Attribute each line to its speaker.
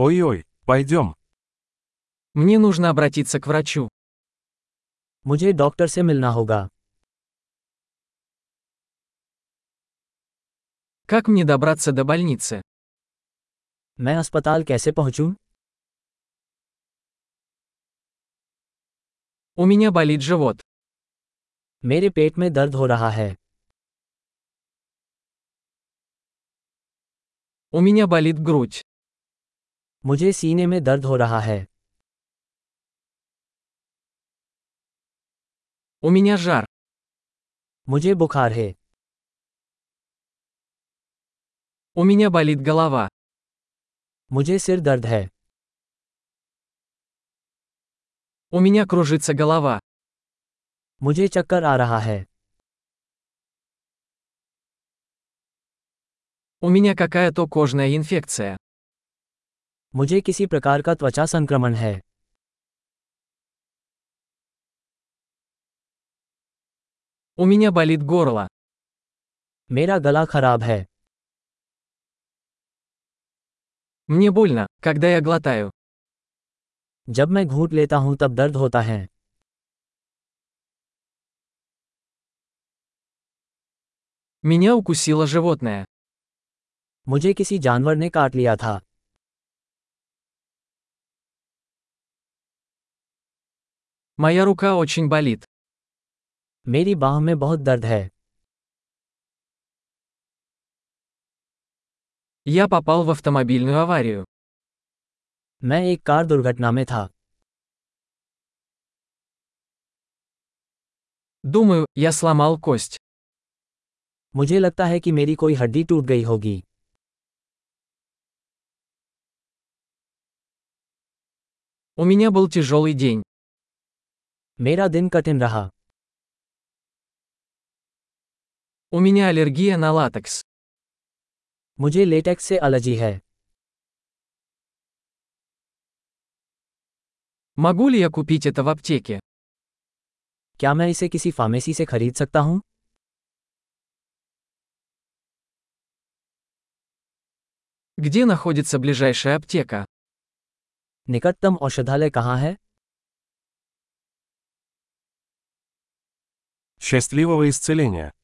Speaker 1: Ой-ой, пойдем.
Speaker 2: Мне нужно обратиться к врачу.
Speaker 3: मुझे डॉक्टर से मिलना होगा
Speaker 2: Как мне добраться до больницы?
Speaker 3: मैं अस्पताल कैसे पहुंचूं?
Speaker 2: У меня болит живот.
Speaker 3: मेरे पेट में दर्द हो रहा है
Speaker 2: У меня болит грудь.
Speaker 3: मुझे सीने में दर्द हो रहा है
Speaker 2: У меня жар.
Speaker 3: मुझे बुखार है
Speaker 2: У меня болит голова.
Speaker 3: मुझे सिर दर्द है
Speaker 2: У меня кружится голова.
Speaker 3: मुझे चक्कर आ रहा है
Speaker 2: У меня какая-то кожная инфекция.
Speaker 3: मुझे किसी प्रकार का त्वचा संक्रमण है
Speaker 2: У меня болит горло.
Speaker 3: मेरा गला खराब है
Speaker 2: Мне больно, когда я глотаю.
Speaker 3: जब मैं घूंट लेता हूं तब दर्द होता है
Speaker 2: Меня укусило животное.
Speaker 3: मुझे किसी जानवर ने काट लिया था
Speaker 2: Моя рука очень болит.
Speaker 3: मेरी बाह में बहुत दर्द है
Speaker 2: Я попал в автомобильную аварию.
Speaker 3: मैं एक कार दुर्घटना में था
Speaker 2: Думаю, я сломал кость.
Speaker 3: मुझे लगता है कि मेरी कोई हड्डी टूट गई होगी
Speaker 2: У меня был тяжелый день.
Speaker 3: मेरा दिन कठिन रहा
Speaker 2: У меня аллергия на латекс.
Speaker 3: मुझे लेटेक्स से एलर्जी है
Speaker 2: Могу ли я купить это в аптеке?
Speaker 3: क्या मैं इसे किसी फार्मेसी से खरीद सकता हूँ
Speaker 2: Где находится ближайшая аптека?
Speaker 3: निकटतम औषधालय कहाँ है
Speaker 1: Счастливого исцеления!